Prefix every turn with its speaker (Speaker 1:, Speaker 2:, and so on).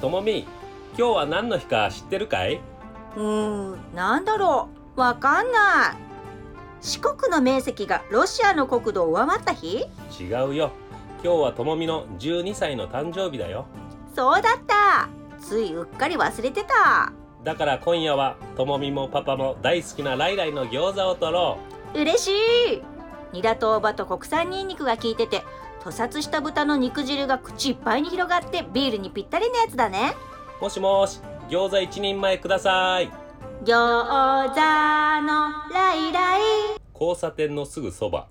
Speaker 1: ともみ今日は何の日か知ってるかいう
Speaker 2: ーん、なんだろう。わかんない。四国の面積がロシアの国土を上回った日
Speaker 1: 違うよ今日はともみの12歳の誕生日だよ
Speaker 2: そうだった。ついうっかり忘れてた。
Speaker 1: だから今夜はともみもパパも大好きなライライの餃子を取ろう
Speaker 2: 嬉しいニラと大葉と国産ニンニクが効いてて屠殺した豚の肉汁が口いっぱいに広がってビールにぴったりのやつだね
Speaker 1: もしもし餃子1人前ください
Speaker 2: 餃子のライライ
Speaker 1: 交差点のすぐそば